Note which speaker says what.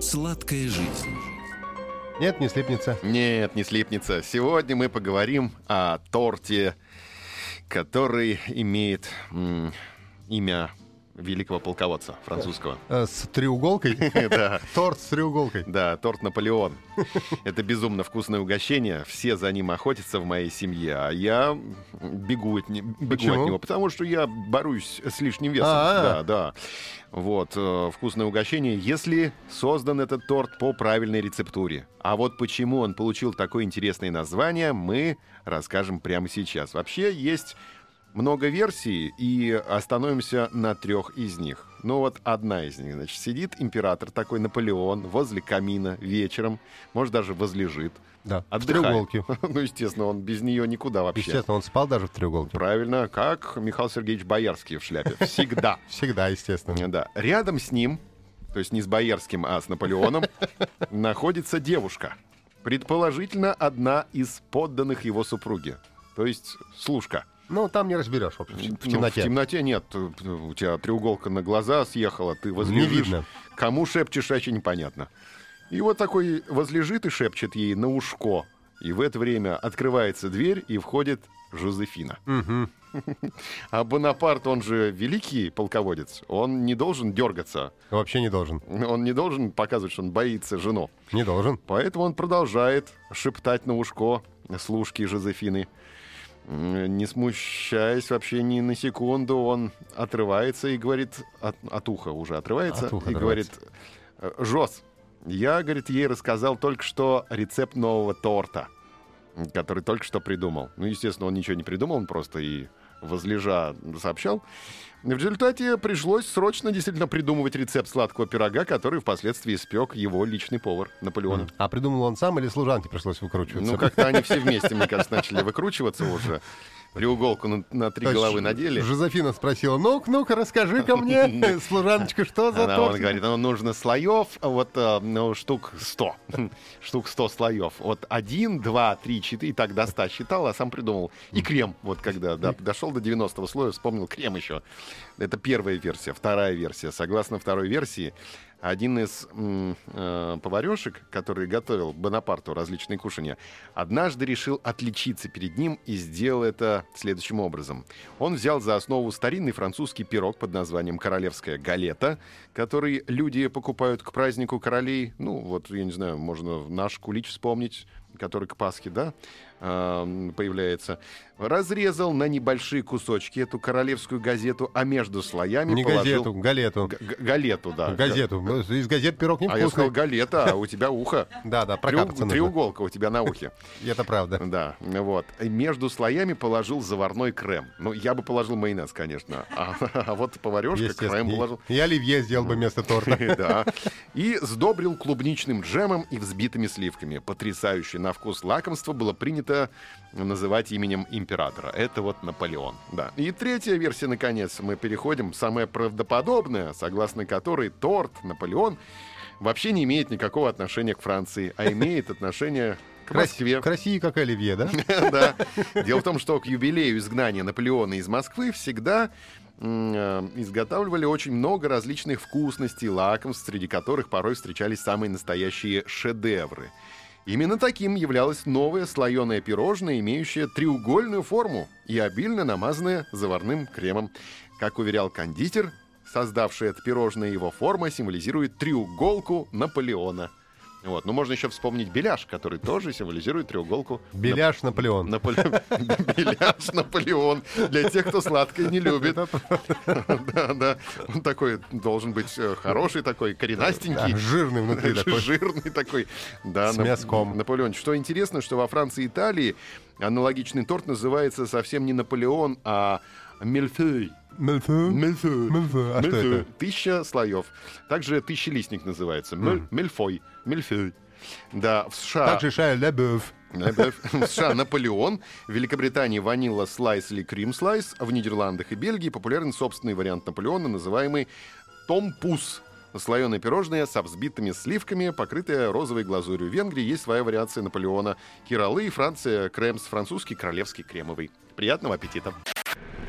Speaker 1: Сладкая жизнь.
Speaker 2: Нет, не слипнется.
Speaker 3: Нет, не слипнется. Сегодня мы поговорим о торте, который имеет м, имя великого полководца французского.
Speaker 2: Э, С треуголкой?
Speaker 3: Да,
Speaker 2: Торт с треуголкой.
Speaker 3: да, торт Наполеон. Это безумно вкусное угощение. Все за ним охотятся в моей семье, а я бегу от, не- бегу
Speaker 2: Почему?
Speaker 3: от него, потому что я борюсь с лишним весом.
Speaker 2: А-а.
Speaker 3: Да, да. Вот, э, вкусное угощение, если создан этот торт по правильной рецептуре. А вот почему он получил такое интересное название, мы расскажем прямо сейчас. Вообще есть много версий, и остановимся на трех из них. Ну вот одна из них, значит, сидит император такой Наполеон возле камина вечером, может даже возлежит.
Speaker 2: Да, в
Speaker 3: отдыхает.
Speaker 2: треуголке.
Speaker 3: Ну, естественно, он без нее никуда вообще.
Speaker 2: Естественно, он спал даже в треуголке.
Speaker 3: Правильно, как Михаил Сергеевич Боярский в шляпе. Всегда.
Speaker 2: Всегда, естественно.
Speaker 3: Да. Рядом с ним, то есть не с Боярским, а с Наполеоном, находится девушка. Предположительно, одна из подданных его супруги. То есть служка.
Speaker 2: Ну, там не разберешь, в общем, в
Speaker 3: Ну,
Speaker 2: темноте.
Speaker 3: в темноте нет. У тебя треуголка на глаза съехала, ты возлежишь.
Speaker 2: Не видно.
Speaker 3: Кому шепчешь, вообще непонятно. И вот такой возлежит и шепчет ей на ушко. И в это время открывается дверь, и входит Жозефина.
Speaker 2: Мгм.
Speaker 3: А Бонапарт, он же великий полководец, он не должен дергаться,
Speaker 2: Вообще не должен.
Speaker 3: он не должен показывать, что он боится жену.
Speaker 2: Не должен.
Speaker 3: Поэтому он продолжает шептать на ушко служки Жозефины. М, Не смущаясь вообще ни на секунду, он отрывается и говорит... От, от уха уже отрывается.
Speaker 2: От уха
Speaker 3: и говорит... «Э, Жоз, я, говорит, ей рассказал только что рецепт нового торта, который только что придумал. Ну, естественно, он ничего не придумал, он просто и возлежа сообщал. В результате пришлось срочно действительно придумывать рецепт сладкого пирога, который впоследствии испек его личный повар Наполеон.
Speaker 2: А придумал он сам или служанке пришлось выкручиваться?
Speaker 3: Ну, как-то они все вместе, мне кажется, начали выкручиваться уже. Треуголку на, на три
Speaker 2: То есть
Speaker 3: головы надели.
Speaker 2: Жозефина спросила, ну-ка, ну-ка, расскажи-ка мне, служаночка, что за
Speaker 3: Она,
Speaker 2: торт?
Speaker 3: он говорит, ну, нужно слоев, вот э, ну, штук 100. штук 100 слоев. Вот один, два, три, четыре, и так до 100 считал, а сам придумал. И крем, вот когда да, дошел до 90 слоя, вспомнил крем еще. Это первая версия. Вторая версия. Согласно второй версии, один из м, э, поварешек, который готовил Бонапарту различные кушания, однажды решил отличиться перед ним и сделал это следующим образом. Он взял за основу старинный французский пирог под названием «Королевская галета», который люди покупают к празднику королей. Ну, вот, я не знаю, можно наш кулич вспомнить, который к Пасхе, да, эм, появляется. Разрезал на небольшие кусочки эту королевскую газету, а между слоями
Speaker 2: Не
Speaker 3: положил...
Speaker 2: газету, галету.
Speaker 3: Г- г- Галету, да.
Speaker 2: Газету. Ну, Из газет пирог
Speaker 3: А я сказал
Speaker 2: невкусный.
Speaker 3: галета, а у тебя ухо.
Speaker 2: Да-да,
Speaker 3: Треуг-
Speaker 2: прокапаться нужно.
Speaker 3: Треуголка у тебя на ухе.
Speaker 2: Это правда.
Speaker 3: Да, вот. И Между слоями положил заварной крем. Ну, я бы положил майонез, конечно. А, а вот поварешка крем
Speaker 2: Естественно.
Speaker 3: положил.
Speaker 2: И и оливье сделал бы вместо торта.
Speaker 3: Да. И сдобрил клубничным джемом и взбитыми сливками. Потрясающе на вкус лакомство было принято называть именем императора. Это вот Наполеон. Да. И третья версия, наконец, мы переходим. Самая правдоподобная, согласно которой торт Наполеон вообще не имеет никакого отношения к Франции, а имеет отношение к Москве.
Speaker 2: Красивее, как оливье, да?
Speaker 3: Да. Дело в том, что к юбилею изгнания Наполеона из Москвы всегда м, э, изготавливали очень много различных вкусностей, лакомств, среди которых порой встречались самые настоящие шедевры. Именно таким являлось новое слоеное пирожное, имеющее треугольную форму и обильно намазанное заварным кремом. Как уверял кондитер, создавший это пирожное, его форма символизирует треуголку Наполеона. Вот. Ну, можно еще вспомнить беляш, который тоже символизирует треуголку Нап-
Speaker 2: Беляш Наполеон.
Speaker 3: Наполе- Беляш Наполеон для тех, кто сладкое не любит. Да, да. Он такой должен быть э, хороший такой,
Speaker 2: Да,
Speaker 3: коренастенький.
Speaker 2: А, жирный внутри такой.
Speaker 3: Жирный такой. Да,
Speaker 2: С
Speaker 3: Нап-
Speaker 2: мяском.
Speaker 3: Наполеон. Что интересно, что во Франции и Италии аналогичный торт называется совсем не Наполеон, а Мельфей.
Speaker 2: Мельфу.
Speaker 3: Мельфей.
Speaker 2: Мельфу. А что
Speaker 3: Мельфей.
Speaker 2: это?
Speaker 3: Тысяча слоев. Также тысячелистник называется. Мель- Мельфой. Мельфей. Да, в США...
Speaker 2: Также Шайя Лебёв.
Speaker 3: В Э, США Наполеон, в Великобритании ванила слайс или крем слайс, а в Нидерландах и Бельгии популярен собственный вариант Наполеона, называемый томпус. Слоеное пирожное со взбитыми сливками, покрытое розовой глазурью. В Венгрии есть своя вариация Наполеона. Киралы, Франция, кремс, французский, королевский, кремовый. Приятного аппетита!